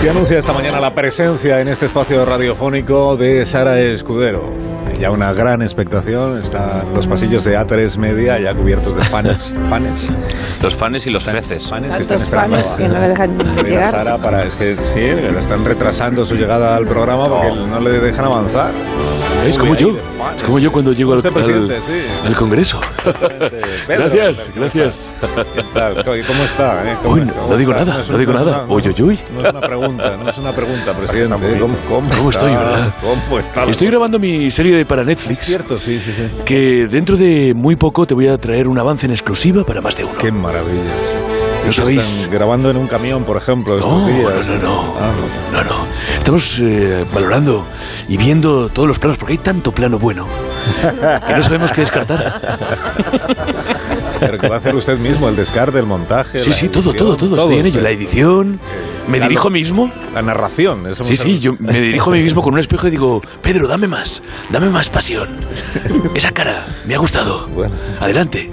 Se anuncia esta mañana la presencia en este espacio radiofónico de Sara Escudero. Hay Ya una gran expectación, están los pasillos de A3 Media ya cubiertos de fans, fans, Los fanes y los freces. fans que están Tantos esperando fans a- que no me dejan a ver a llegar. Sara para es que sí, la están retrasando su llegada al programa porque No. no le dejan avanzar. Es como Uy, ahí yo. de fans. Es como yo cuando llego al, Usted, presidente, al- sí. al Congreso. Pedro, gracias, ¿cómo gracias. ¿Qué tal? ¿Cómo- ¿Cómo está? eh? ¿Cómo- Uy, no- cómo no digo está? nada, es- no digo es nada. una- Uy, uy, uy. No es una pregunta, no es una pregunta, presidente. ¿eh? ¿Cómo, cómo, ¿Cómo está? estoy, verdad? ¿Cómo está? la Estoy grabando mi serie de para Es Netflix, cierto, sí, sí, sí. que dentro de muy poco te voy a traer un avance en exclusiva para más de uno. Qué maravilla. sí. ¿No Es que sabéis? Están grabando en un camión, por ejemplo, estos No, días. no, no, no. Ah, No, no. Estamos eh, valorando y viendo todos los planos, porque hay tanto plano bueno que no sabemos qué descartar. pero que va a hacer usted mismo el descarte, el montaje. Sí, la sí, todo, edición, todo, todo. Estoy en ello. La edición. Me Ya dirijo lo- mismo. La narración. eso Sí, me sí, gusta. yo me dirijo a mí mismo con un espejo y digo, Pedro, dame más, dame más pasión. Esa cara, me ha gustado. Bueno. Adelante,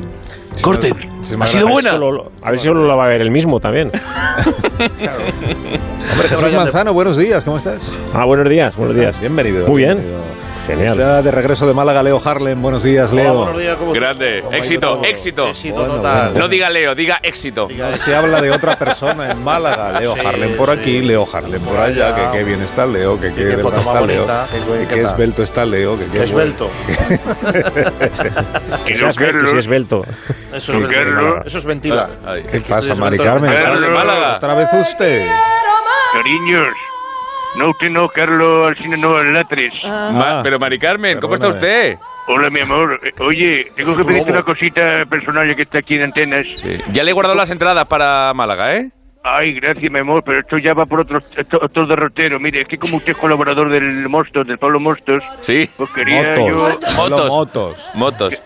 Sí, corten. sí, Ha sido me buena. Solo- a ver si solo la va a ver el mismo también. Hombre, Jesús Manzano, buenos días, ¿cómo estás? Ah, buenos días, buenos días. Bienvenido. Muy bien. bienvenido. Genial. Está de regreso de Málaga, Leo Harlem. Buenos días, Leo. Hola, buenos días, ¿cómo Grande. estás? Éxito, éxito. Éxito Bueno, total. No diga Leo, diga éxito. No se habla de otra persona en Málaga. Leo Sí, Harlem por sí. aquí, Leo Harlem por allá. Que qué bien está Leo, que qué qué foto delgado más está Leo. bonita, qué- Que qué qué tal. esbelto está Leo, que qué Esbelto. Que seas no, que esbelto, no. que seas esbelto. Eso es, Qué ventila. raro. Eso es ventila. Ay, ¿Qué El que pasa, estoy Mari esbelto- Carmen? Carlos de Málaga. Otra vez usted. Cariños. No, usted no, Carlos Alcina, no, Latres. Ma- Ah. pero Mari Carmen, ¿cómo está Perdóname. usted? Hola, mi amor. Eh, Oye, tengo que pedirte una cosita personal ya que está aquí en antenas. Ya le he guardado las entradas para Málaga, ¿eh? Ay, gracias, mi amor, pero esto ya va por otro, esto- otro derrotero. Mire, es que como usted es colaborador del Mostos, del Pablo Mostos, Sí. pues quería yo... Motos. Hablo Motos. Motos. Motos.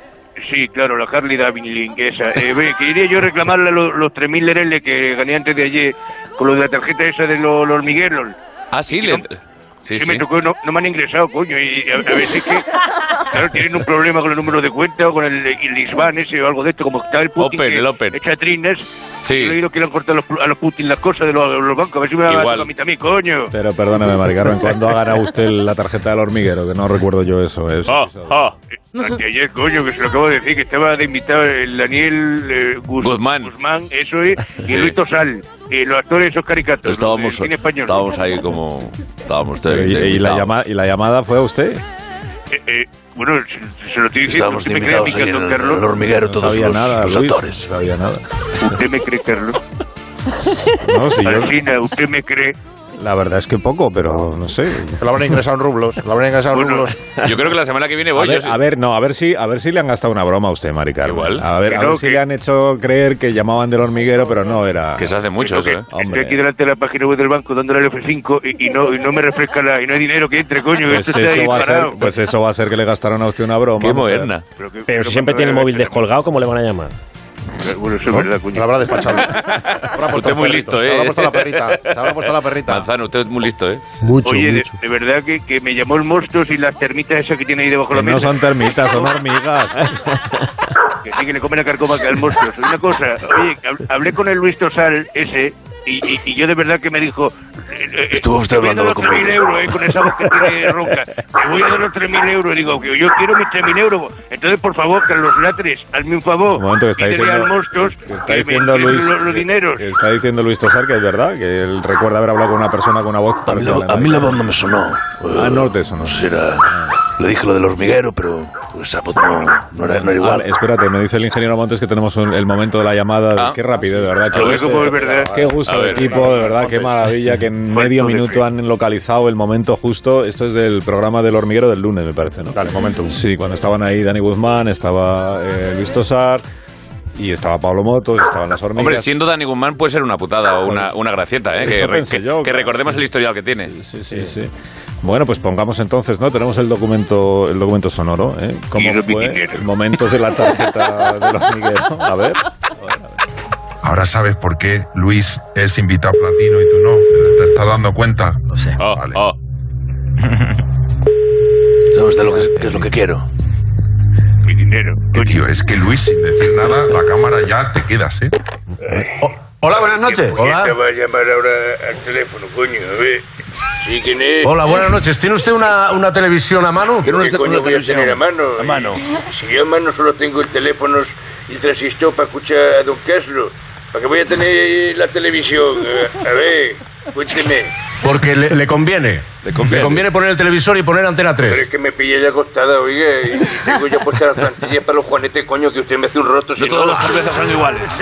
Sí, claro, la Harley Davidson que esa. Eh, ve, quería yo reclamarle los, los 3.000 lereles que gané antes de ayer con lo de la tarjeta esa de los, los miguelos. Ah, sí, le... Sí, que sí. me tocó, no, no me han ingresado, coño. Y a, a veces que, claro, tienen un problema con el número de cuenta o con el, el ISBAN ese o algo de esto, como está el Putin. Open, que el Open. Echa trinas. Sí. Yo he oído que le han cortado los- a los Putin las cosas de los, los bancos. A ver si me va a Igual. tocar a mí también, coño. Pero perdóname, Mari Carmen, ¿cuándo ha ganado usted la tarjeta del hormiguero? Que no recuerdo yo eso. eso Ah, ah. Anteayer, coño, que se lo acabo de decir, que estaba de invitado el Daniel eh, Gus- Guzmán. eso es, y Sí. Luis Tosal, eh, los actores esos caricatos. Estábamos, en español. estábamos ahí como... Estábamos... Pero, de- ¿y, de y la invitados. llama- ¿Y la llamada fue a usted? Eh, eh, bueno, se, se lo estoy diciendo. Estábamos usted de me cree a mí, invitados ayer en don el, Carlos. el hormiguero, No todos sabía los, nada, los Luis, actores. No sabía nada. Usted me cree, Carlos. No, si yo, Alcina, usted me cree. la verdad es que poco, pero no sé. Que la habrán ingresado en rublos. La habrán ingresado en Bueno. rublos. Yo creo que la semana que viene A voy. yo ver, sí. a ver, no, a ver si, a ver si le han gastado una broma a usted, Mari Carmen. Igual. A ver, a Creo ver si que- le han hecho creer que llamaban del hormiguero, pero no era. Que se hace mucho eso, Porque ¿eh? Hombre. Estoy aquí delante de la página web del banco dándole al F5 y, y no, y no me refresca la. Y no hay dinero que entre, coño. Pues esto está eso, va a ser, disparado. pues eso va a ser que le gastaron a usted una broma. Qué mujer. moderna. Pero, que- Pero pero si siempre cuando tiene el la- móvil descolgado, ¿cómo le van a llamar? Bueno, eso es verdad, Te la coño. habrá despachado. Habrá puesto Usted el muy listo, perrito, te ¿eh? habrá puesto la perrita. Te habrá puesto la perrita. Manzano, usted es muy listo, ¿eh? Oye, de, de verdad que, que me llamó el monstruos y las termitas esas que tiene ahí debajo Que de la no mesa. son termitas, son hormigas. Que sí que le come la carcoma que al monstruo. Es Una cosa, oye, hab- hablé con el Luis Tosal ese y, y- y yo de verdad que me dijo... eh, eh, Estuvo usted te voy a dar hablándolo los con 3.000 euros, eh, con Ah. esa voz que tiene ronca. Te voy a dar los 3.000 euros. Y Digo, que yo quiero mis 3.000 euros. Entonces, por favor, Carlos Latres, hazme un favor. Un momento que está Pídele diciendo, al monstruos que está que me diciendo entreguen Luis, los, los dineros. que está diciendo Luis Tosar que es verdad, que él recuerda haber hablado con una persona con una voz A mí, parecida la, la a mí la de- voz no me sonó. Ah, no te sonó. Ah. No sé si era... Le dije lo del hormiguero, pero esa voz no, no era, no era Ah, igual. espérate, me dice el ingeniero Montes que tenemos un- el momento de la llamada. Ah. qué rápido, de verdad. Qué A ver gusto, cómo de- es verdad. qué gusto A de ver. tipo, de verdad, Ah, qué Montes. maravilla que en medio Cuarto de minuto fe. han localizado el momento justo. Esto es del programa del hormiguero del lunes, me parece, ¿no? Dale, momento. Sí, cuando estaban ahí Dani Guzmán, estaba eh, Luis Tosar. Y estaba Pablo Motos, estaban las hormigas. Hombre, siendo Dani Guzmán puede ser una putada o una, una gracieta, ¿eh? Eso Que, re- pensé que- yo, que claro, recordemos sí. el historial que tiene. Sí, sí, sí. Bueno, pues pongamos entonces, ¿no? Tenemos el documento, el documento sonoro, ¿eh? ¿Cómo Quiero mi fue? dinero. Momentos de la tarjeta de los hormiguero. A ver. Ahora sabes por qué Luis es invitado platino y tú no. ¿Te estás dando cuenta? No sé. Oh, vale. oh. ¿Sabe usted lo que es, qué es lo que quiero? Mi dinero. Que, tío, es que Luis, sin decir nada, la cámara ya te quedas, ¿eh? Oh, Hola, buenas noches. Te va a llamar ahora al teléfono, coño. A ver. Sí, ¿quién es? Hola, buenas noches. ¿Tiene usted una, una televisión a mano? ¿Qué coño voy a tener a mano? A mano. Si yo a mano solo tengo el teléfono y el transistor para escuchar a don Castro, ¿para qué voy a tener la televisión? Eh, A ver, cuénteme. Porque le, le conviene. Le conviene. poner el televisor y poner Antena Pero 3. es que me pillé ya acostada, oiga, y y tengo yo puesta la plantilla para los juanetes, coño, que usted me hace un roto. si No todas las cervezas son iguales.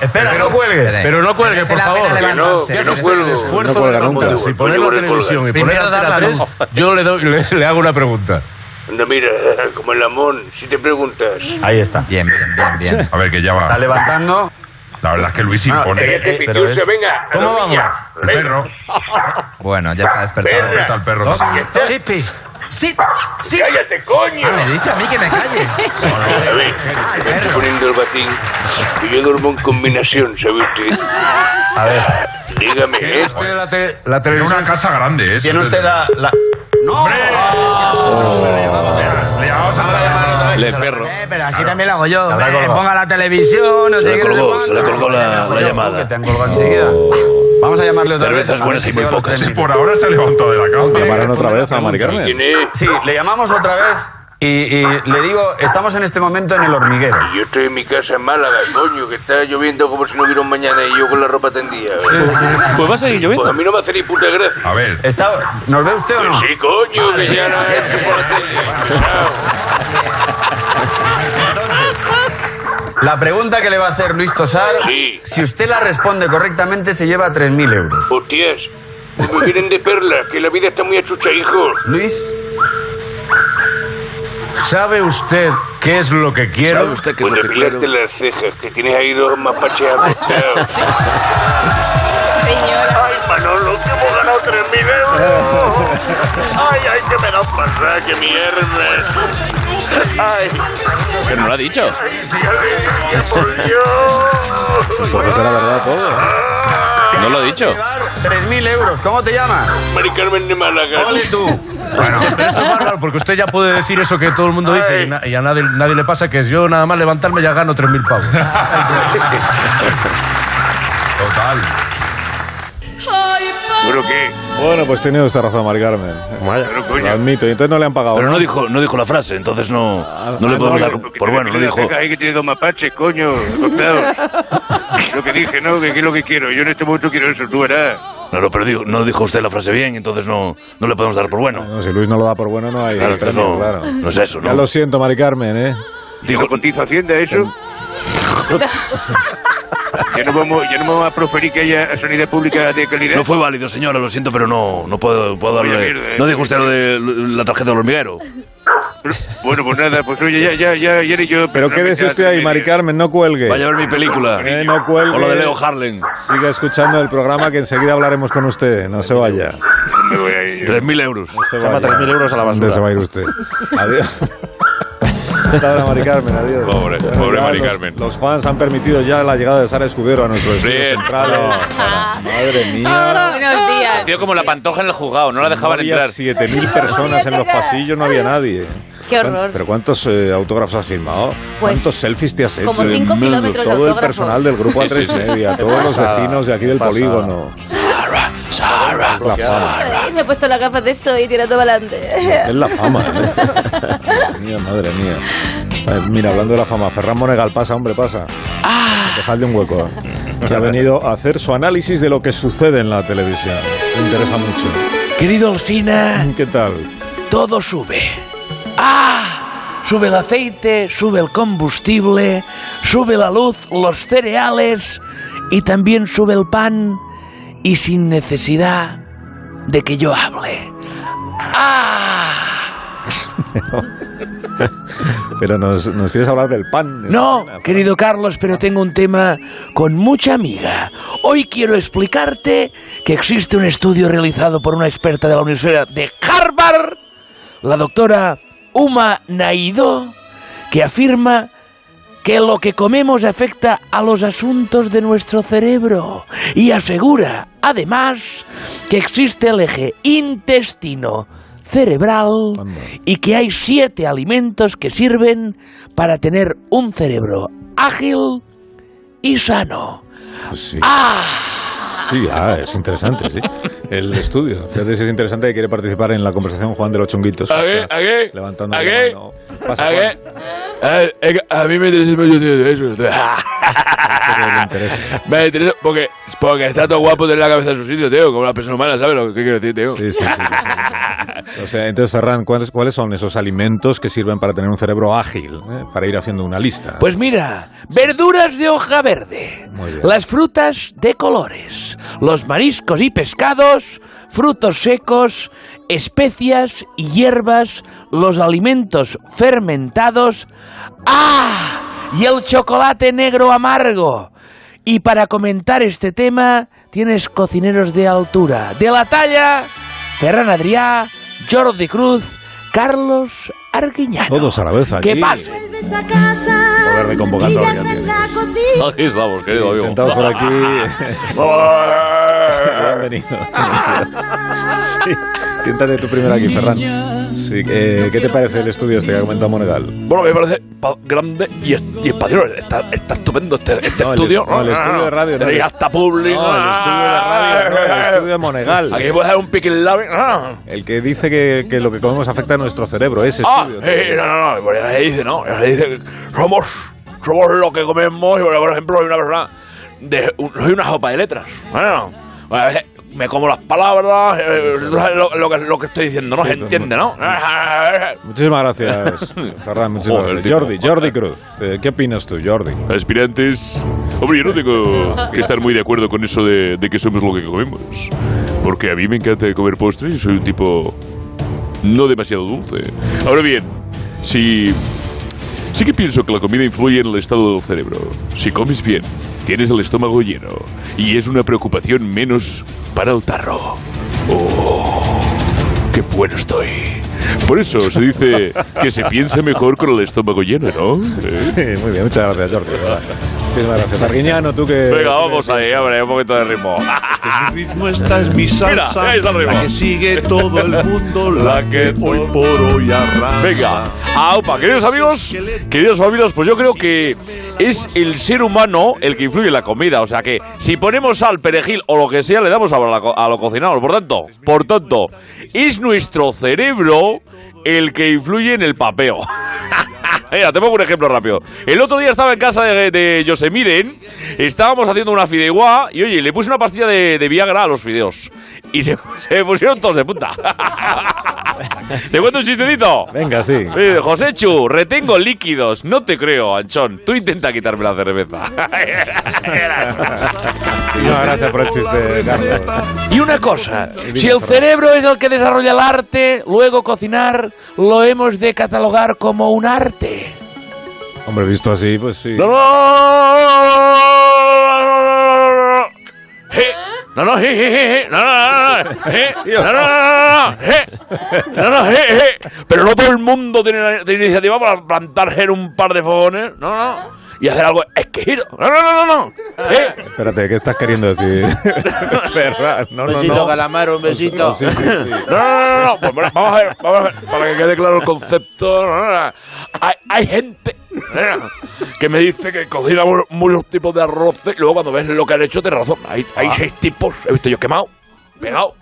Espera, no cuelgues. Pero no cuelgue, por favor. Que no, que no El cuelgo. esfuerzo No de cuelga la nunca. mujer. pues Si poner la Primero televisión y poner darla, Antena 3, yo le, doy- le- le hago una pregunta. No, mira, como el amón, si te preguntas. Ahí está. Bien, bien, bien, bien. A ver, que ya va. Está levantando. La verdad es que Luis impone. te- Cállate, eh, pero pitusa, es- venga. a la ¿Cómo vamos? orilla. El perro. Bueno, ya está despertado. Está el perro también. Chipi. Sí, sí. Cállate, coño. Ah, me dice a mí que me calle. A ver, me estoy poniendo el batín. Y yo duermo en combinación, ¿sabe usted? A ver, Dígame, ¿Tiene ¿eh? usted la, te- la Tiene televisión? una casa grande, ¿eh? tiene usted la. la... ¡No! Le vamos a Le perro. Eh, pero así también lo hago yo. habrá Eh, colgado. ponga la televisión, no Se sé le qué, no sé colgó, cuánto. se le colgó la, la Que te llamada. Oh. han colgado enseguida. Vamos a llamarle otra vez. Cervezas a ver buenas si y muy lleva los pocas. tres Y minutos. por ahora se ha levantado de la cama. ¿Llamaron otra vez a Mari ¿Quién Carmen? es? Sí, le llamamos otra vez y, y le digo, estamos en este momento en el hormiguero. Yo estoy en mi casa en Málaga, coño, que está lloviendo como si no hubiera un mañana y yo con la ropa tendida. Pues va a seguir Pues a lloviendo. mí no me hace ni puta gracia. A ver, Está, ¿Nos ve usted o no? Sí, coño, que ya no es que por la tele. La pregunta que le va a hacer Luis Tosar, Sí. si usted la responde correctamente, se lleva 3.000 euros. Hostias, pues me vienen de perlas, que la vida está muy achucha, hijo. Luis, ¿Sabe usted qué es lo que ¿Sabe quiero? usted qué es Pues lo que quiero? depilarte las cejas, que tienes ahí dos mapaches abrazados. Ay, Manolo, que hemos ganado 3.000 euros. Ay, ay, que me da un pasaje, mierda. Ay, Pero no lo ha dicho. qué alegría, por Dios. Pues Porque será verdad todo. No lo ha dicho. 3.000 euros, ¿cómo te llamas? Mari Carmen de Málaga. Ole tú. Pero esto es bárbaro, porque usted ya puede decir eso que todo el mundo dice y, na- y a nadie, nadie le pasa, que es yo nada más levantarme ya gano 3.000 pavos. total. ¿Pero qué? Bueno, pues tiene usted razón, Mari Carmen. Vaya. Lo admito. Y entonces no le han pagado. Ah, Pero no dijo, no dijo la frase, entonces no, no le podemos dar por bueno, no dijo. Ahí que tiene dos mapaches, coño. cortado. Lo que dije, ¿no? Que qué es lo que quiero. Yo en este momento quiero eso, tú verás. No, no, pero dijo, no dijo usted la frase bien, entonces no, no le podemos dar por bueno. No, si Luis no lo da por bueno, no hay. Claro, entonces premio, no, claro. no es eso, Ya ¿no? lo siento, Mari Carmen, ¿eh? Dijo, ¿Lo cotiza Hacienda eso? ya, no vamos, ya no vamos a proferir que haya sanidad pública de calidad. no fue válido, señora, lo siento, pero no, no puedo, puedo Oye, darle. mierda, No eh. dijo usted lo de la tarjeta del hormiguero. Bueno, pues nada, pues oye, ya, ya, ya, ya ni yo... Pero quédese usted ahí, Mari Carmen, no cuelgue. Vaya a ver mi película. Eh, no cuelgue. O lo de Leo Harlem. Siga escuchando el programa que enseguida hablaremos con usted. No se vaya. No No me voy a ir. 3.000 euros. se Toma vaya. 3.000 euros a la ¿Dónde basura. se va a ir usted? Adiós. Hasta ahora, Mari Carmen, adiós. Pobre, pobre Ya Mari los- Carmen. Los fans han permitido ya la llegada de Sara Escudero a nuestro estudio Bien. central. Ah, Madre mía. Buenos días. Tío, como la pantoja en el juzgado, no la dejaban no había entrar. 7.000 personas en los pasillos, no había nadie. Qué horror. ¿Pero cuántos eh, autógrafos has firmado? Pues, ¿Cuántos selfies te has hecho? como cinco Menudo, kilómetros de Todo el autógrafos. personal del grupo Sí, sí, A3 sí. Media, todos los Pasada, vecinos de aquí del pasada. polígono. Sara. La fama. Ay, me he puesto las gafas de eso y tirando para adelante. Es la fama, ¿eh? Madre mía, madre mía. Eh, Mira, hablando de la fama, Ferran Monegal pasa, hombre, pasa. Ah. Dejadle un hueco. Que ha venido a hacer su análisis de lo que sucede en la televisión. Me interesa mucho. Querido Alcina, ¿Qué tal? todo sube. ¡Ah! Sube el aceite, sube el combustible, sube la luz, los cereales y también sube el pan y sin necesidad de que yo hable. ¡Ah! Pero nos, nos quieres hablar del pan. No, querido Carlos, pero tengo un tema con mucha amiga. Hoy quiero explicarte que existe un estudio realizado por una experta de la Universidad de Harvard, la doctora Uma Naido, que afirma que lo que comemos afecta a los asuntos de nuestro cerebro y asegura, además, que existe el eje intestino cerebral y que hay siete alimentos que sirven para tener un cerebro ágil y sano. Pues Ah. Sí. Sí, ah, es interesante, sí. El estudio. Fíjate si es interesante que quiere participar en la conversación Juan de los Chunguitos. ¿A qué? Está ¿A qué? Levantando ¿A la qué? mano. Pasa, ¿A Juan. qué? A- es que Eh, A mí me interesa mucho eso. Me interesa porque, porque está todo guapo tener la cabeza en su sitio, tío. Como una persona humana, ¿sabes lo que quiero decir, tío? Sí, sí, sí. O sea, entonces, Ferran, ¿cuáles, cuáles son esos alimentos que sirven para tener un cerebro ágil? eh? Para ir haciendo una lista. Pues mira, verduras de hoja verde, las frutas de colores, los mariscos y pescados, frutos secos, especias y hierbas, los alimentos fermentados, ¡ah! Y el chocolate negro amargo. Y para comentar este tema, tienes cocineros de altura, de la talla, Ferran Adrià, Jordi Cruz, Carlos Arguiñano. Todos a la vez allí. Que pasen. Vuelves a casa. Poder de convocatoria brillas en tienes. la cocina. Aquí estamos, Sí, querido amigo. sentados por aquí. Bienvenido. Sí, Siéntate tú primero aquí, Ferran. Sí, eh, ¿Qué te parece el estudio este que ha comentado Monegal? Bueno, me parece pa- grande y, es- y espacial. Está, está estupendo este, este No, el estudio. es- no, el estudio de radio, no, Tenéis el- hasta público. No, el estudio de radio, no, el estudio de Monegal. Aquí puedes hacer un pick and lave. Ah. El que dice que, que lo que comemos afecta a nuestro cerebro, ese Ah, estudio. eh, no, no, no, porque le dice, no, le dice, somos, somos lo que comemos, y bueno, por ejemplo, hay una persona, de, un- soy una sopa de letras, bueno, a veces me como las palabras, eh, lo, lo que, lo que estoy diciendo, no Sí, se entiende, ¿no? Eh, Muchísimas gracias, Ferran. Muchísimas Joder, gracias. Jordi, Jordi Cruz. eh, ¿Qué opinas tú, Jordi? Aspirantes. Hombre, yo no tengo que estar muy de acuerdo con eso de, de que somos lo que comemos. Porque a mí me encanta comer postres y soy un tipo no demasiado dulce. Ahora bien, si... Sí que pienso que la comida influye en el estado del cerebro. Si comes bien, tienes el estómago lleno y es una preocupación menos para el tarro. ¡Oh! ¡Qué bueno estoy! Por eso se dice que se piensa mejor con el estómago lleno, ¿no? ¿Eh? Sí, muy bien, muchas gracias, Jordi. de verdad. Muchísimas gracias. Arguiñano, tú que. Venga, vamos ahí, hombre, un poquito de ritmo. ritmo esta es mi salsa, Mira, ahí está el ritmo. la que sigue todo el mundo, la que hoy por hoy arrasa. Venga, aupa, queridos amigos, queridos familias, pues yo creo que es el ser humano el que influye en la comida. O sea que si ponemos sal, perejil o lo que sea, le damos sabor a, la co- a lo cocinado. Por tanto, por tanto, es nuestro cerebro el que influye en el papeo. Mira, te pongo un ejemplo rápido. El otro día estaba en casa de, de José Miren, estábamos haciendo una fideuá y oye, le puse una pastilla de, de Viagra a los fideos. Y se, se pusieron todos de punta. ¿Te cuento un chistecito? Venga, sí. Eh, José Chu, retengo líquidos. No te creo, Anchón. Tú intenta quitarme la cerveza. Muchísimas gracias por el chiste, Carlos. Y una cosa, dime, si el Ferran. cerebro es el que desarrolla el arte, luego cocinar lo hemos de catalogar como un arte. Hombre, visto así, pues sí. eh, No, no, je, je, je, je, no, no, no, no, je, no, no, no, no, no, je, no, no, je, je. Pero no todo el mundo tiene, la- tiene iniciativa para plantar en un par de fogones, no, no, y hacer algo exquisito, no, no, no, no, no, je. Espérate, ¿qué estás queriendo decir? Ferran, no, no, Besito, no. calamar, un besito. Oh, Sí, sí, sí. No, no, no, no. Pues, mira, vamos a ver, vamos a ver, para que quede claro el concepto. No, no, no. Hay, hay gente mira, que me dice que cocina mu- muchos tipos de arroces y luego cuando ves lo que han hecho te razón. Hay, Ah. hay seis tipos, he visto yo quemado, pegado,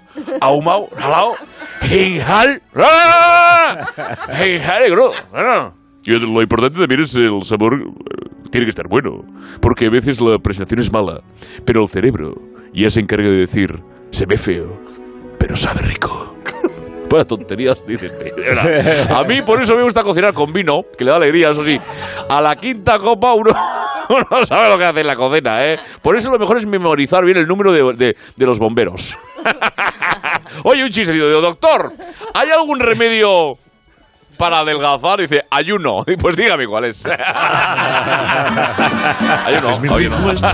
ahumado, salado, ginjal, no, no, no, no. ginjal y crudo. No, no. Y lo importante también es el sabor. eh, Tiene que estar bueno. Porque a veces la presentación es mala. Pero el cerebro ya se encarga de decir: se ve feo, pero sabe rico. Vaya tonterías, dices. tío, de verdad. A mí por eso me gusta cocinar con vino, que le da alegría, eso sí. A la quinta copa uno, uno sabe lo que hace en la cocina, ¿eh? Por eso lo mejor es memorizar bien el número de, de- de los bomberos. Oye, un chiste, digo, doctor, ¿hay algún remedio para adelgazar, dice ayuno. Y Pues dígame cuál es. ayuno, ayuno. La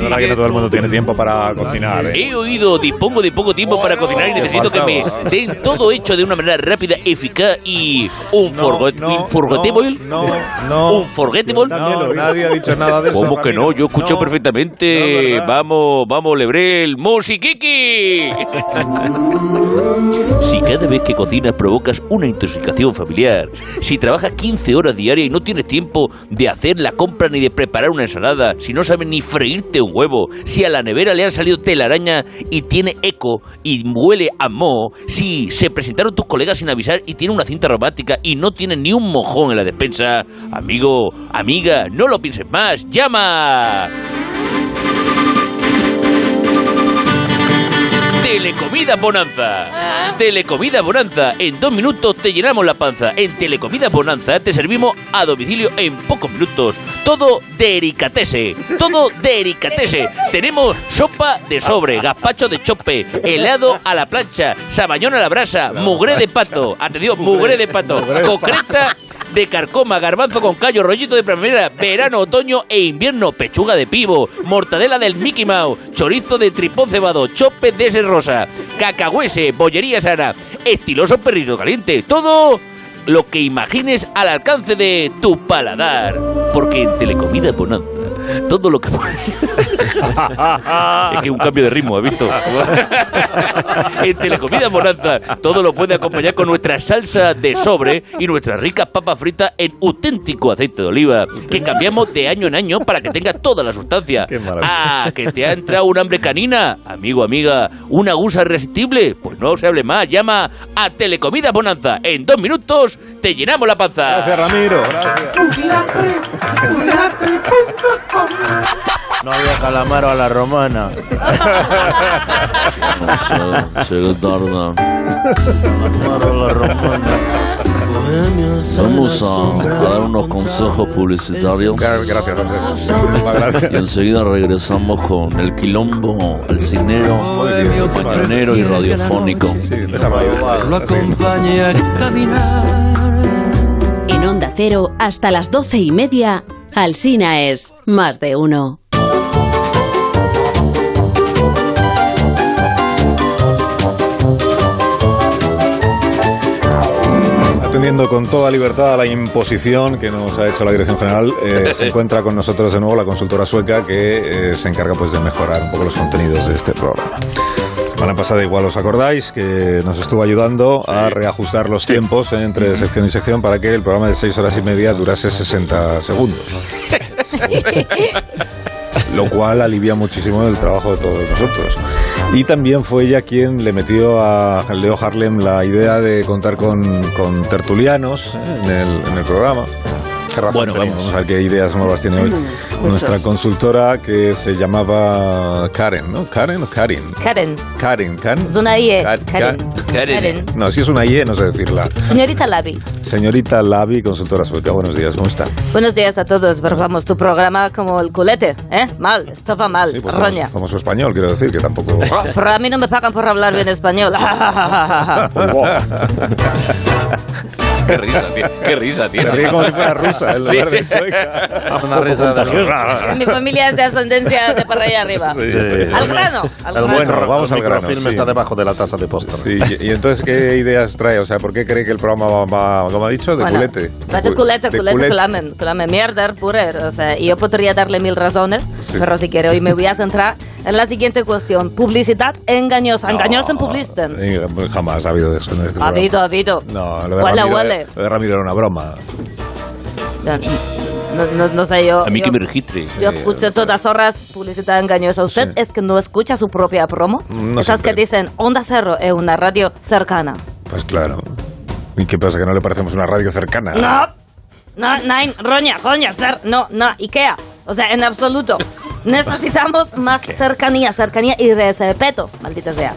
verdad que no todo el mundo tiene tiempo para cocinar, ¿eh? He oído, dispongo de poco tiempo para cocinar y necesito que me faltaba. den todo hecho de una manera rápida, eficaz y un forgot, un forgettable. No, no. Un forgettable. No, nadie ha dicho nada de eso, ¿Cómo que Ramiro? no? Yo escucho perfectamente. vamos, vamos, Lebrel, musiquiqui. Si cada vez que cocinas provocas una intoxicación familiar, si trabajas 15 horas diarias y no tienes tiempo de hacer la compra ni de preparar una ensalada, si no sabes ni freírte un huevo, si a la nevera le han salido telaraña y tiene eco y huele a moho, si se presentaron tus colegas sin avisar y tiene una cinta aromática y no tienes ni un mojón en la despensa, amigo, amiga, no lo pienses más, llama. Telecomida Bonanza. Telecomida Bonanza. En dos minutos te llenamos la panza. En Telecomida Bonanza te servimos a domicilio en pocos minutos. Todo de ericatese. Todo de ericatese. Tenemos sopa de sobre, gazpacho de chope, helado a la plancha, sabayón a la brasa, mugre de pato. Atención, mugre de pato. Concreta de carcoma, garbanzo con callo, rollito de primavera, verano, otoño e invierno, pechuga de pivo, mortadela del Mickey Mouse, chorizo de tripón cebado, chope de ese rosa, cacahuese, bollería sana, estiloso perrito caliente, todo lo que imagines al alcance de tu paladar. Porque en Telecomida Bonanza, todo lo que Es que un cambio de ritmo, ¿has visto? en Telecomida Bonanza. Todo lo puede acompañar con nuestra salsa de sobre y nuestras ricas papas fritas en auténtico aceite de oliva, que cambiamos de año en año para que tenga toda la sustancia. ah, que te ha entrado un hambre canina, amigo, amiga, una gusa irresistible. Pues no se hable más, llama a Telecomida Bonanza. En dos minutos te llenamos la panza. Gracias, Ramiro. No había calamaro a la romana. Vamos a, a dar unos consejos publicitarios. Gracias, Y enseguida regresamos con el quilombo, el cinero, mañanero y radiofónico. Lo acompaña a caminar. En Onda Cero, hasta las doce y media, Alsina es más de uno. Atendiendo con toda libertad a la imposición que nos ha hecho la Dirección General, eh, se encuentra con nosotros de nuevo la consultora sueca que eh, se encarga pues de mejorar un poco los contenidos de este programa. Semana pasada igual os acordáis que nos estuvo ayudando a reajustar los tiempos eh, entre sección y sección para que el programa de seis horas y media durase 60 segundos, lo cual alivia muchísimo el trabajo de todos nosotros. Y también fue ella quien le metió a Leo Harlem la idea de contar con, con tertulianos eh, en el, en el programa. Qué razón Bueno, tenía, vamos. vamos a ver qué ideas nuevas tiene hoy Mm, nuestra muchas. consultora que se llamaba Karen, ¿no? Karen o Karin. Karen. Karen, Karen. Es una IE. Ka- Karen. Ka- Karen. No, si es una IE, no sé decirla. Señorita Lavi, Señorita Lavi, consultora sueca, buenos días, ¿cómo está? buenos días a todos. Pero vamos, tu programa como el culete, ¿eh? Mal, estaba mal, Pues como- roña. Como su español, quiero decir, que tampoco... Pero a mí no me pagan por hablar bien español. Ah, pues, Qué risa, tío. Qué risa, tío. Se ríe como si fuera rusa, en lugar de sueca. pues, Una risa de- Mi familia es de ascendencia de para allá arriba. Sí. Al grano. Al El grano. buen Bueno, vamos el al grano, microfilm sí. está debajo de la taza de postre. Sí, y, y entonces, ¿qué ideas trae? O sea, ¿por qué cree que el programa va, va- como ha dicho, de Bueno, culete? Va de cu- culete, de culete, culete. culame, culame, mierder, purer. O sea, y yo podría darle mil razones, Sí. pero si quiero, hoy me voy a centrar en la siguiente cuestión. Publicidad engañosa. Engañosa en publicidad. Eh, Jamás ha habido de eso en este Ha programa. habido, ha habido. No, lo de, Huele, Ramiro, huele. lo de Ramiro era una broma. No, no- no sé, yo... A mí yo- que me registre. Yo escucho todas horas publicidad engañosa. ¿Usted es que no escucha su propia promo? No Esas que dicen, Onda Cero es una radio cercana. Pues claro. ¿Y qué pasa? ¿Que no le parecemos una radio cercana? No, no, nein, roña, roña, cer, no, no, Ikea. O sea, en absoluto. Necesitamos más cercanía, cercanía y respeto, maldita sea.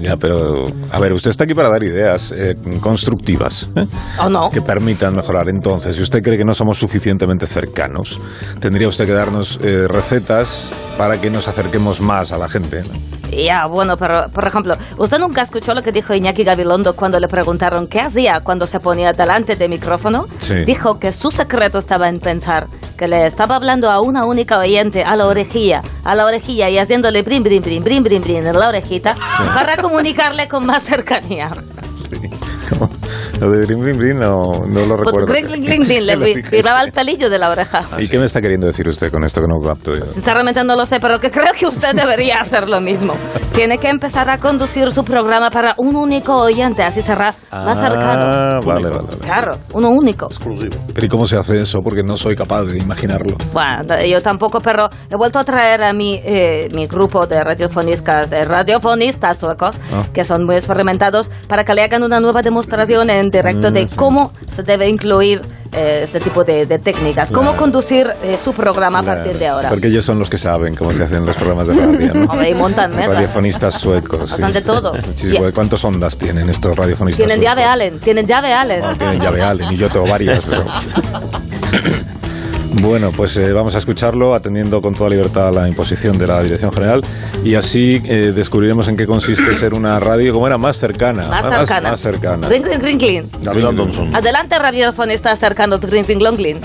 Ya, pero... A ver, usted está aquí para dar ideas eh, constructivas. ¿eh? ¿O no? Que permitan mejorar. Entonces, si usted cree que no somos suficientemente cercanos, tendría usted que darnos eh, recetas para que nos acerquemos más a la gente. ¿no? Ya, bueno, pero por ejemplo, ¿usted nunca escuchó lo que dijo Iñaki Gabilondo cuando le preguntaron qué hacía cuando se ponía delante de micrófono? Sí. Dijo que su secreto estaba en pensar, que le estaba hablando a una única oyente, a la orejilla, a la orejilla y haciéndole brin, brin, brin, brin, brin, brin en la orejita para comunicarle con más cercanía. Lo de Brin Brin Brin no, no lo Pues, recuerdo. gring, gring, gring, gring, Lo le dije, tiraba sí. el pelillo de la oreja. ¿Y qué me está queriendo decir usted con esto que no capto yo? Sinceramente no lo sé, pero que creo que usted debería hacer lo mismo. Tiene que empezar a conducir su programa para un único oyente, así será más cercano. Ah, vale, vale, vale. Claro, uno único. Pero ¿y cómo se hace eso? Porque no soy capaz de imaginarlo. Bueno, d- yo tampoco, pero he vuelto a traer a mi, eh, mi grupo de radiofonistas, eh, radiofonistas suecos, Ah. que son muy experimentados, para que le hagan una nueva demostración en directo Mm, de sí. cómo se debe incluir eh, este tipo de, de técnicas, cómo Claro. conducir eh, su programa a Claro, partir de ahora. Porque ellos son los que saben cómo se hacen los programas de radio, ¿no? Hombre, y montan mesas. Radiofonistas suecos. Hacen de todo. Muchísimo. ¿Cuántas ondas tienen estos radiofonistas Tienen llave Allen, tienen llave Allen. suecos? Ah, Tienen llave Allen y yo tengo varias, pero... Bueno, pues eh, vamos a escucharlo atendiendo con toda libertad a la imposición de la Dirección General y así eh, descubriremos en qué consiste ser una radio, como era, más cercana. Más cercana. Más cercana. Ring, ring, ring, ring. Gabriel Thompson. Adelante, radiofonista acercando ring, ring, long, ring.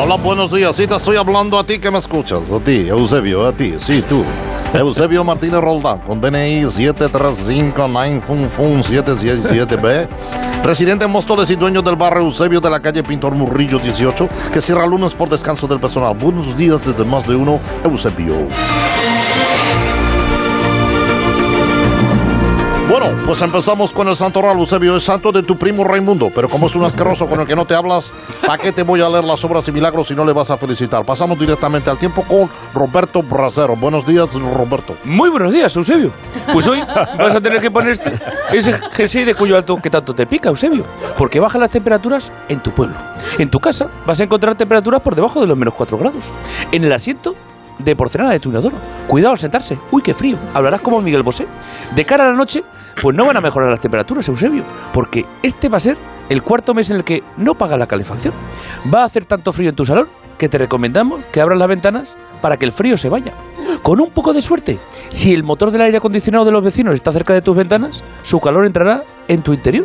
Hola, buenos días. Sí, te estoy hablando a ti que me escuchas. A ti, Eusebio, a ti. Sí, tú. Eusebio Martínez Roldán, con DNI 735-9FUNFUN767B, residente en Móstoles y dueño del barrio Eusebio de la calle Pintor Murrillo 18, que cierra lunes por descanso del personal. Buenos días desde más de uno, Eusebio. Bueno, pues empezamos con el santoral, Eusebio. Es santo de tu primo Raimundo, pero como es un asqueroso con el que no te hablas, ¿para qué te voy a leer las obras y milagros si no le vas a felicitar? Pasamos directamente al tiempo con Roberto Bracero. Buenos días, Roberto. Muy buenos días, Eusebio. Pues hoy vas a tener que ponerte ese jersey de cuello alto que tanto te pica, Eusebio. Porque bajan las temperaturas en tu pueblo. En tu casa vas a encontrar temperaturas por debajo de los menos 4 grados. En el asiento de porcelana de tu inodoro. Cuidado al sentarse. Uy, qué frío. Hablarás como Miguel Bosé. De cara a la noche, pues no van a mejorar las temperaturas, Eusebio. Porque este va a ser el cuarto mes en el que no pagas la calefacción. Va a hacer tanto frío en tu salón que te recomendamos que abras las ventanas para que el frío se vaya. Con un poco de suerte, si el motor del aire acondicionado de los vecinos está cerca de tus ventanas, su calor entrará en tu interior,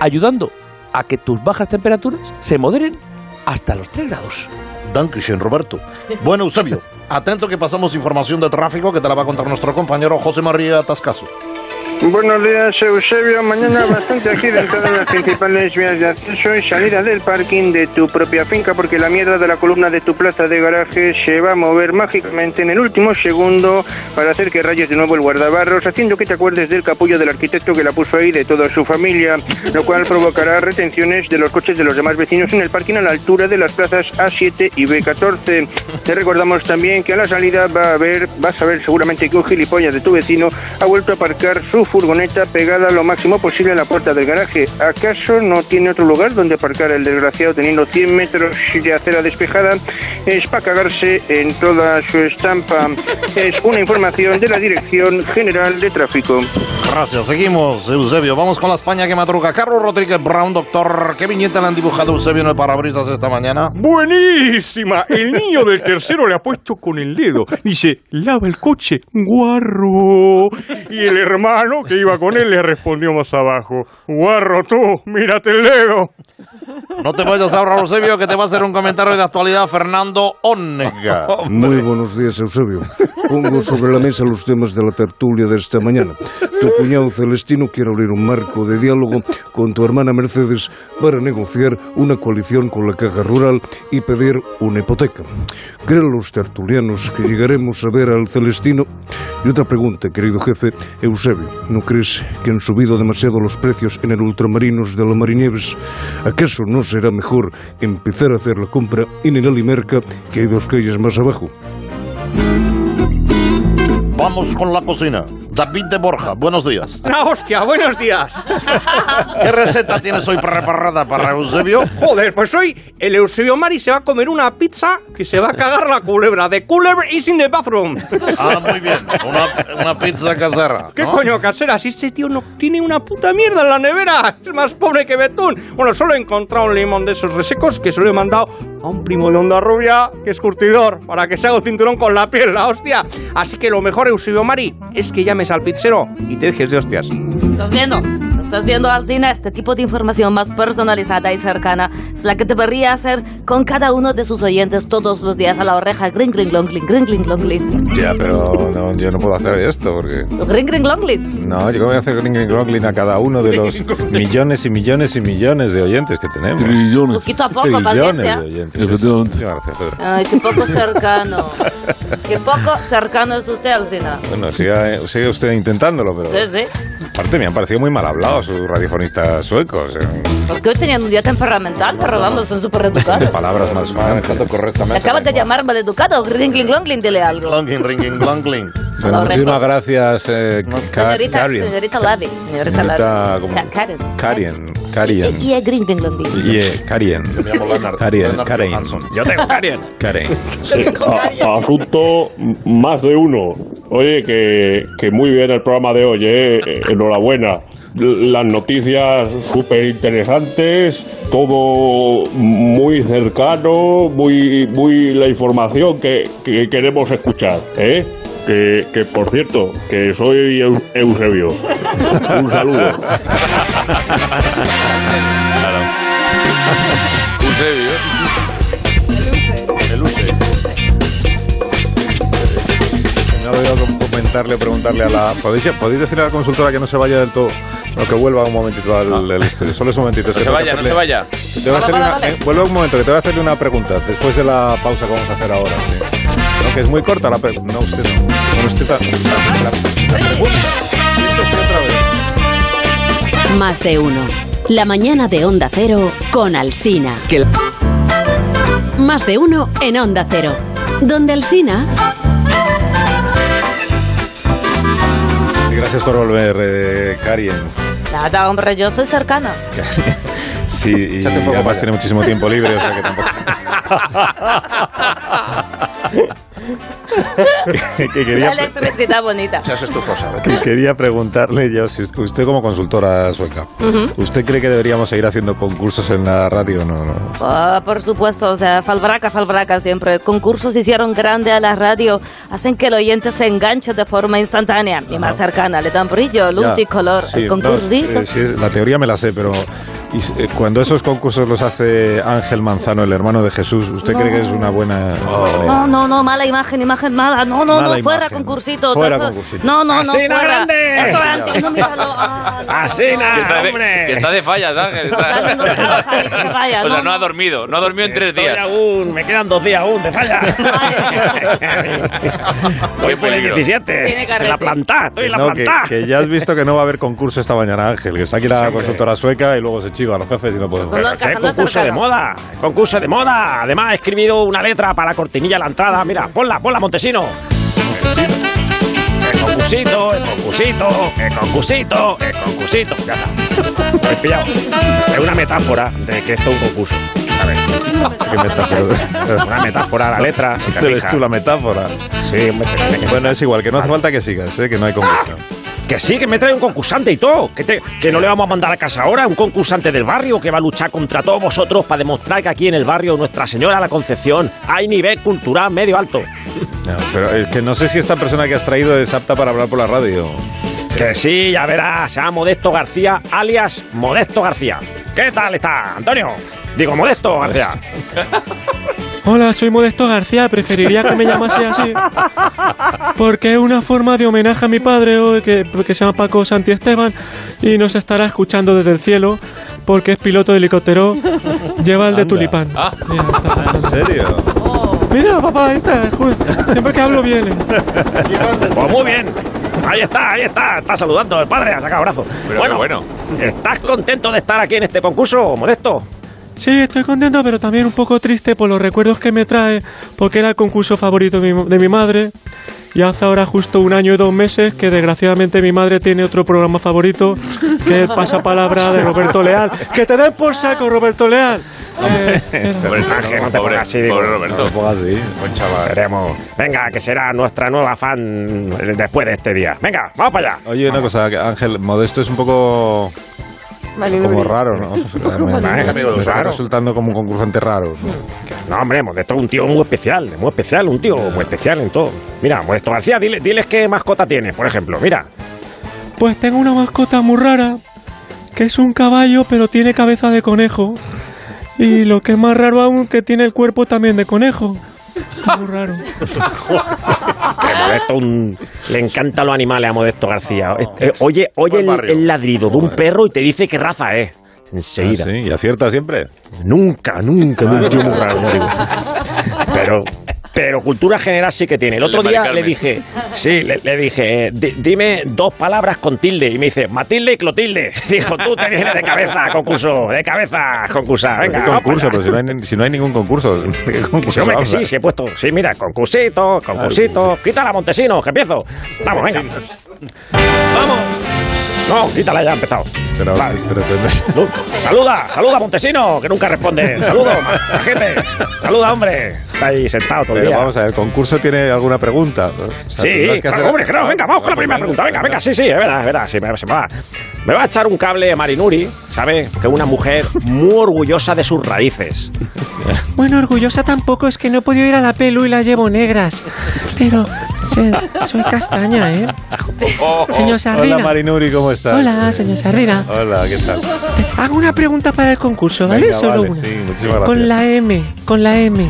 ayudando a que tus bajas temperaturas se moderen hasta los 3 grados. Dankeschön, Roberto. Bueno, Eusebio, atento que pasamos información de tráfico que te la va a contar nuestro compañero José María Tascaso. Buenos días, Eusebio. Mañana bastante aquí dentro de las principales vías de acceso y salida del parking de tu propia finca, porque la mierda de la columna de tu plaza de garaje se va a mover mágicamente en el último segundo para hacer que rayes de nuevo el guardabarros, haciendo que te acuerdes del capullo del arquitecto que la puso ahí de toda su familia, lo cual provocará retenciones de los coches de los demás vecinos en el parking a la altura de las plazas A7 y B14. Te recordamos también que a la salida va a haber, vas a ver seguramente que un gilipollas de tu vecino ha vuelto a aparcar su furgoneta pegada lo máximo posible a la puerta del garaje. ¿Acaso no tiene otro lugar donde aparcar el desgraciado teniendo 100 metros de acera despejada? Es para cagarse en toda su estampa. Es una información de la Dirección General de Tráfico. Gracias, seguimos, Eusebio. Vamos con la España que madruga. Carlos Rodríguez Brown, doctor, ¿qué viñeta le han dibujado a Eusebio en el parabrisas esta mañana? Buenísima. El niño del tercero le ha puesto con el dedo. Dice, lava el coche, guarro. Y el hermano que iba con él le respondió más abajo, guarro tú, mírate el dedo. No te vayas ahora, Eusebio, que te va a hacer un comentario de actualidad Fernando Onega. Muy buenos días, Eusebio. Pongo sobre la mesa los temas de la tertulia de esta mañana. Tu cuñado Celestino quiere abrir un marco de diálogo con tu hermana Mercedes para negociar una coalición con la Caja Rural y pedir una hipoteca. ¿Creen los tertulianos que llegaremos a ver al Celestino? Y otra pregunta, querido jefe Eusebio. ¿No crees que han subido demasiado los precios en el Ultramarinos de la Marinieves? ¿Acaso no será mejor empezar a hacer la compra en el Alimerca, que hay dos calles más abajo? Vamos con la cocina. David de Borja, buenos días. ¡Ah, hostia! ¡Buenos días! ¿Qué receta tienes hoy preparada para Eusebio? Joder, pues hoy el Eusebio Mari se va a comer una pizza que se va a cagar la culebra. The culebra is in the bathroom. Ah, muy bien. Una, una pizza casera. ¿Qué ¿no? coño, casera? Si este tío no tiene una puta mierda en la nevera. Es más pobre que Betún. Bueno, solo he encontrado un limón de esos resecos que se lo he mandado a un primo de onda rubia que es curtidor para que se haga un cinturón con la piel, la hostia. Así que lo mejor, Eusebio Mari, es que llames al pizzero y te dejes de hostias. ¿Estás viendo? ¿Estás viendo, Alcina? Este tipo de información más personalizada y cercana es la que debería hacer con cada uno de sus oyentes todos los días a la oreja. Gring, gring, long, gling, gring, gring, long, gling. Ya, pero no, yo no puedo hacer esto porque... Gring, gring, long, gling. No, yo voy a hacer gring, gring, gronglin a cada uno de los millones y millones y millones de oyentes que tenemos. Trillones. Poquito a poco, Trillones paciencia. de oyentes. Efectivamente. gracias, Pedro. Ay, qué poco cercano. qué poco cercano es usted, Alcina. Bueno, siga, eh, sigue usted intentándolo, pero... Sí, sí. Aparte, me han parecido muy mal hablados sus radiofonistas suecos. eh, Porque hoy tenían un día temperamental, pero vamos, son súper De educados. palabras más manejando Te correctamente. acabas de llamar maleducado. Ring, ring, long, ring, dile algo. Blongling, ringing, blongling. Bueno, muchísimas gracias, eh, Ka- Señorita, Karien. señorita Lade. Señorita Señorita, Lade. como- Ka- Karen. Karien. Karien. Y es gring, gring, long, gring. Yeah, Karien. Karien. Karien. Yo tengo Karien. Karien. Sí, a- asunto más de uno. Oye, que, que muy bien el programa de hoy, ¿eh? Enhorabuena. Las noticias súper interesantes, todo muy cercano, muy, muy la información que, que queremos escuchar, ¿eh? Que, que, por cierto, que soy Eu- Eusebio. Un saludo. Eusebio. El No veo cómo comentarle, preguntarle a la. ¿Podéis, podéis decirle a la consultora que no se vaya del todo. No, que vuelva un momentito al, al estudio. Solo es un momentito. es Ah. No que se tengo vaya, no que hacerle- se vaya. Te voy a hacer una- eh, vuelvo un momento, que te voy a hacerle una pregunta después de la pausa que vamos a hacer ahora. sí. No, que es muy corta la pregunta. No, usted no. Bueno, usted ta- la- la pregunta. Más de uno. La mañana de Onda Cero con Alsina. Más de uno en Onda Cero. Donde Alsina. Y gracias por volver, eh, Karien. Nada, hombre, yo soy cercana. Sí, y además tiene muchísimo tiempo libre, o sea que tampoco. que quería, La electricidad bonita. Esa es tu cosa. que quería preguntarle yo, si usted como consultora sueca, Ujú. ¿usted cree que deberíamos seguir haciendo concursos en la radio? No, no. Ah, por supuesto, o sea, falbraca, falbraca siempre. Concursos hicieron grande a la radio, hacen que el oyente se enganche de forma instantánea y más cercana. Le dan brillo, luz Ya. y color. Sí, el no, concursito. eh, sí, es- la teoría me la sé, pero y s- eh, cuando esos concursos los hace Ángel Manzano, el hermano de Jesús, ¿usted No. cree que es una buena... No, no, no, mala imagen, imagen mala. No, no, Mala no, fuera imagen. concursito. Fuera Eso- concursito. No, no, no. Asina fuera. grande. Eso antes, no, míralo. que, está de, hombre. que está de fallas, Ángel. está- o sea, no ha dormido. No ha dormido en tres días. me quedan dos días aún, te falla. Qué peligro. Tiene carrete. en la planta, estoy Pues en la No, que, planta. que ya has visto que no va a haber concurso esta mañana, Ángel, que está aquí la consultora sueca y luego se chiva a los jefes y no podemos. Pero es Pues, eh, concurso de moda, concurso de moda. Además, he escribido una letra para la cortinilla a la entrada. Mira, ponla, ponla, Montesino. El concursito, el concursito, el concursito, el concursito. eh, Ya está. Lo he pillado. Es una metáfora de que esto es un concurso. ¿sabes? ¿Qué metáfora? Una metáfora, la letra. te Te ves fijas. tú la metáfora. Sí, Bueno, es igual, que no hace falta que sigas, ¿eh? que no hay concurso. Que sí, que me trae un concursante y todo. Que, te- que no le vamos a mandar a casa ahora. Un concursante del barrio que va a luchar contra todos vosotros para demostrar que aquí en el barrio Nuestra Señora la Concepción hay nivel cultural medio alto. No, pero es que no sé si esta persona que has traído es apta para hablar por la radio. Que sí, ya verás, a Modesto García, alias Modesto García. ¿Qué tal está, Antonio? Digo, Modesto García. Hola, soy Modesto García, preferiría que me llamase así. Porque es una forma de homenaje a mi padre, hoy, que, que se llama Paco Santi Esteban, y nos estará escuchando desde el cielo, porque es piloto de helicóptero, lleva el de tulipán. ¿En serio? Mira, papá, esta es justo. Siempre que hablo eh. viene. Pues muy bien. Ahí está, ahí está. Está saludando el padre, ha sacado abrazo. Pero bueno, qué bueno. ¿estás contento de estar aquí en este concurso, Modesto? Sí, estoy contento, pero también un poco triste por los recuerdos que me trae, porque era el concurso favorito de mi, de mi madre. Y hace ahora justo un año y dos meses que desgraciadamente mi madre tiene otro programa favorito que es Pasapalabra de Roberto Leal. ¡Que te den por saco, Roberto Leal! Pobre, no te pongas así, digo. No te pongas así, buen chaval. Queremos. Venga, que será nuestra nueva fan después de este día. Venga, vamos para allá. Oye, una cosa, que Ángel, Modesto es un poco como raro, ¿no? Me- me- me está resultando como un concursante raro. No, hombre, Modesto es un tío muy especial, muy especial, un tío muy especial en todo. Mira, pues Modesto García, dile- diles qué mascota tienes, por ejemplo. Mira, Pues tengo una mascota muy rara, que es un caballo pero tiene cabeza de conejo. Y lo que es más raro aún, que tiene el cuerpo también de conejo. Muy raro. que Modesto un- le encantan los animales a Modesto Ah, García. Este- eh, oye oye el, el ladrido de un perro y te dice qué raza es. Enseguida. Ah, ¿Y acierta siempre? Nunca, nunca, un tío muy raro, ya digo. Pero, pero cultura general sí que tiene. El otro El de día Mari le Carmen. dije, sí, le, le dije, eh, di- dime dos palabras con tilde. Y me dice, Matilde y Clotilde. Dijo, tú te vienes de cabeza, concurso, de cabeza, concursa. Venga, ¿Qué vamos concurso? para Pero allá. si no hay, ni- si no hay ningún concurso. ¿qué Sí, concurso hombre, que hablas? sí, sí he puesto. Sí, mira, concursito, concursito. Quítala, Montesinos, que empiezo. Vamos, venga. Vamos. No, quítala, ya ha empezado. Pero, pero tendrás- Saluda, saluda, Montesino, que nunca responde. Saludo, gente. Saluda, hombre. Está ahí sentado todo el Pero día. vamos a ver, ¿el concurso tiene alguna pregunta? O sea, Sí, tendrás que claro, hacer- hombre, claro, venga, vamos con la Ah, primera vale, pregunta. Venga, vale. venga, sí, sí, es verdad, es verdad, sí, me- se me va. Me va a echar un cable Marinuri, ¿sabes? Que es una mujer muy orgullosa de sus raíces. Bueno, orgullosa tampoco, es que no he podido ir a la pelu y la llevo negras. Pero se- soy castaña, ¿eh? Señor Sardina. Oh, Hola, Marinuri, ¿cómo estás? Hola, señor Sardina. Hola, ¿qué tal? Hago una pregunta para el concurso, ¿vale? Venga, Solo vale, una. sí, muchísimas gracias. con la M, con la M.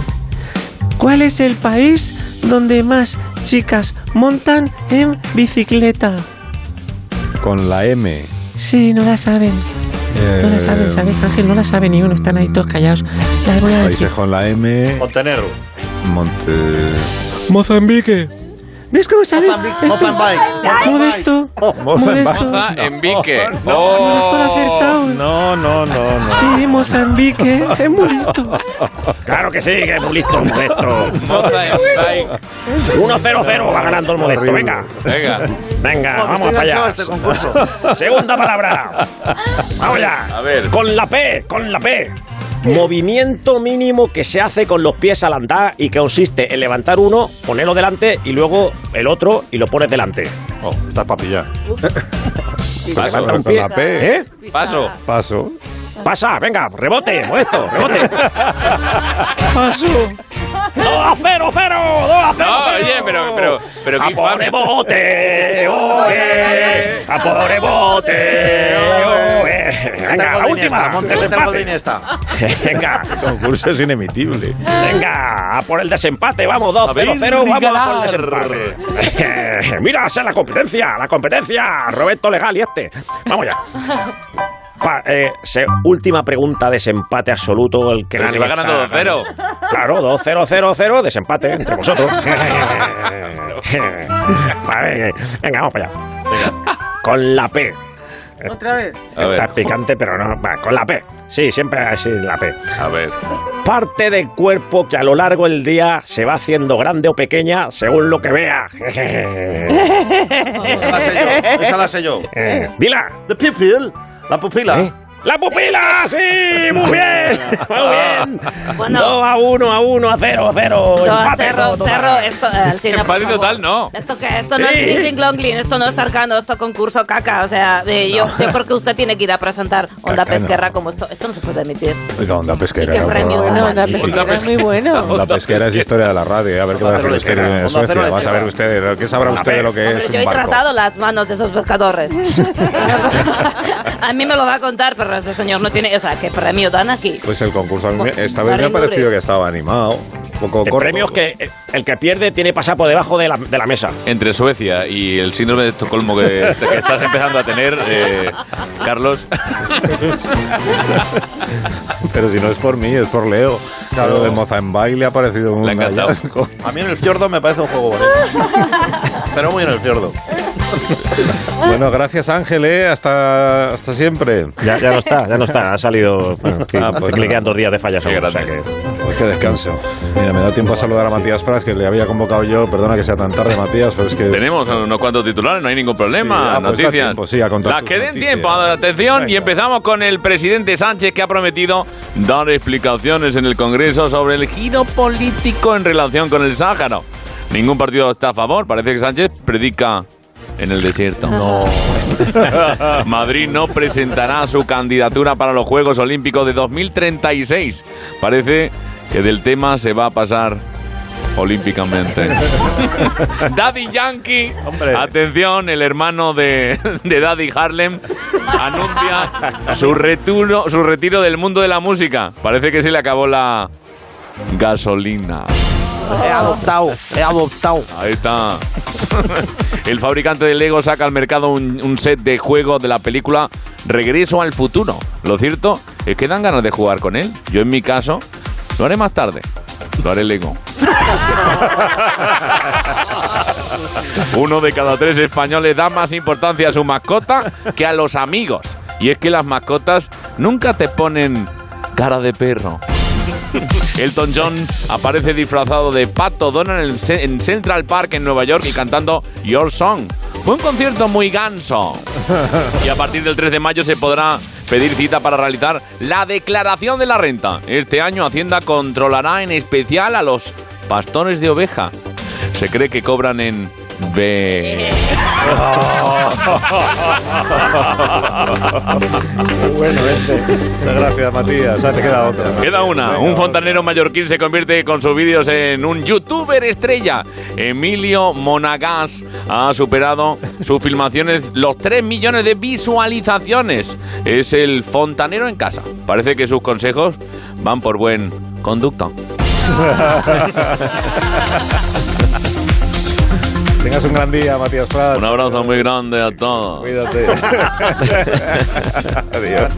¿Cuál es el país donde más chicas montan en bicicleta? Con la M. Eh, Sí, no la saben. No la saben, ¿sabes, Ángel? No la sabe ni uno, están ahí todos callados. La voy a decir. Países con la M. Montenegro. Monte. Mozambique. ¿Ves cómo sabes? Mozambique, Esto- Mozambique. Modesto. Modesto. Moza en Vique. Oh. No, esto lo he acertado. No, no, no, no. Sí, Mozambique. ¿eh? Es muy listo. Claro que sí, que es muy listo, modesto. 1-0-0 va ganando el modesto, venga. Venga. Venga, Vamos, vamos para estoy enganchado allá. a este concurso. Segunda palabra. Vamos ya. A ver. Con la P, con la P. Movimiento mínimo que se hace con los pies al andar y que consiste en levantar uno, ponerlo delante y luego el otro y lo pones delante. Oh, está para pillar. Paso, Paso, con la P. ¿Eh? Paso. Paso. Pasa, venga, rebote, modesto, rebote. Paso. 2 a 0, 0, 2 a 0. No, oye, pero- pero- pero a qué por infame. rebote, oe, a por rebote, oe. Venga, la última. Desempate. Venga, El concurso es inemitible. venga, a por el desempate, vamos, 2 0, 0, vamos a por el desempate. Mira, esa es la competencia, la competencia, Roberto Legal y este. Vamos ya. Pa- eh, se- última pregunta, desempate absoluto. El que Pero gane si va está- ganando 2-0. Claro, 2-0-0-0, desempate entre vosotros. Vale, eh, venga, vamos para allá. Con la P. Otra vez. Está picante, pero no. va, con la P. Sí, siempre así la P. A ver. Parte del cuerpo que a lo largo del día se va haciendo grande o pequeña según lo que vea. Esa la sé yo. Esa la sé yo. Eh, Dila. The pupil. La pupila. ¡La pupila! ¡Sí! ¡Muy bien! ¡Muy bien! Bueno. 2 a 1, a 1, a 0, a 0. No, empate, cerro, todo cerro, total. esto, eh, Alcina, por Empate favor. total, no. Pues Esto, que, esto no Sí. es Fishing Longlin, esto no es arcano, esto concurso caca. O sea, eh, yo, yo creo que usted tiene que ir a presentar Onda Caca, no. Pesquera como esto. Esto no se puede emitir. Oiga, Onda Pesquera. ¿Y qué era un Este premio programa ganó Onda magnífico. Pesquera? Es muy bueno. Onda Pesquera es historia de la radio. A ver qué va a hacer usted en Suecia. Vas a ver ustedes, ¿qué sabrá usted de lo que es Yo un he barco? tratado las manos de esos pescadores. a mí me lo va a contar, pero este señor no tiene. O sea, ¿qué premio dan aquí? Pues el concurso a mí me- esta vez me ha Barril parecido duro. que estaba animado. Un poco El corto. premio es que el- el que pierde tiene que pasar por debajo de la, de la mesa. Entre Suecia y el síndrome de Estocolmo que, que estás empezando a tener, eh, Carlos. Pero si no es por mí, es por Leo. Claro. de Mozambique le ha parecido un hallazgo. A mí en el fiordo me parece un juego bonito. Pero muy en el fiordo. Bueno, gracias Ángel, ¿eh? hasta, hasta siempre. Ya, ya no está, ya no está. Ha salido. bueno, que- Ah, pues que le no. quedan dos días de falla seguro. o sea que- Pues que descanso. Mira, me da tiempo a saludar a Matías Prats, que le había convocado yo. Perdona que sea tan tarde, Matías, pero es que... Tenemos unos cuantos titulares, no hay ningún Sí, problema. ah, pues da noticias. tiempo, sí, a contar Las tus que den noticias. tiempo, atención, y empezamos con el presidente Sánchez que ha prometido dar explicaciones en el Congreso sobre el giro político en relación con el Sáhara. Ningún partido está a favor, parece que Sánchez predica en el desierto. No. Madrid no presentará su candidatura para los Juegos Olímpicos de 2036. Parece que del tema se va a pasar olímpicamente. Daddy Yankee. Atención, el hermano de, de Daddy Harlem anuncia su retiro, su retiro del mundo de la música. Parece que se le acabó la gasolina. He adoptado, he adoptado. Ahí está. El fabricante de Lego saca al mercado un, un set de juego de la película Regreso al futuro. Lo cierto es que dan ganas de jugar con él. Yo en mi caso lo haré más tarde. Lo haré Lego. Uno de cada tres españoles da más importancia a su mascota que a los amigos. Y es que las mascotas nunca te ponen cara de perro. Elton John aparece disfrazado de Pato Donald en Ce- en Central Park en Nueva York y cantando Your Song. Fue un concierto muy ganso. Y a partir del 3 de mayo se podrá pedir cita para realizar la declaración de la renta. Este año Hacienda controlará en especial a los pastores de oveja. Se cree que cobran en B. Bueno, este. Muchas gracias, Matías. Ya te queda otra. Queda una. Un fontanero mallorquín se convierte con sus vídeos en un youtuber estrella. Emilio Monagas ha superado sus filmaciones los 3 millones de visualizaciones. Es el fontanero en casa. Parece que sus consejos van por buen conducto. Tengas un gran día, Matías Prats. Un abrazo muy grande a todos. Cuídate. adiós.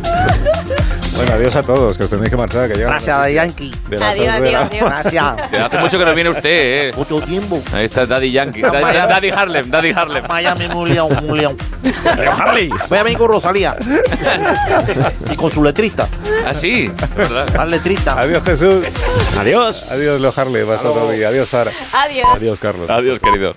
Bueno, adiós a todos, que os tenéis que marchar. Que llegan Gracias, Yankee. de las once de la Gracias. Que Hace mucho que no viene usted, ¿eh? Mucho tiempo. Ahí está Daddy Yankee. Daddy, Daddy Harlem, Daddy Harlem. Miami, muy león, muy león. Pero Harley. Voy a venir con Rosalía. y con su letrista. Ah, sí. La letrista. Adiós, Jesús. Adiós. Adiós, Lo Harley. Hasta otro día. Adiós, Sara. Adiós. Adiós, Carlos. Adiós, querido.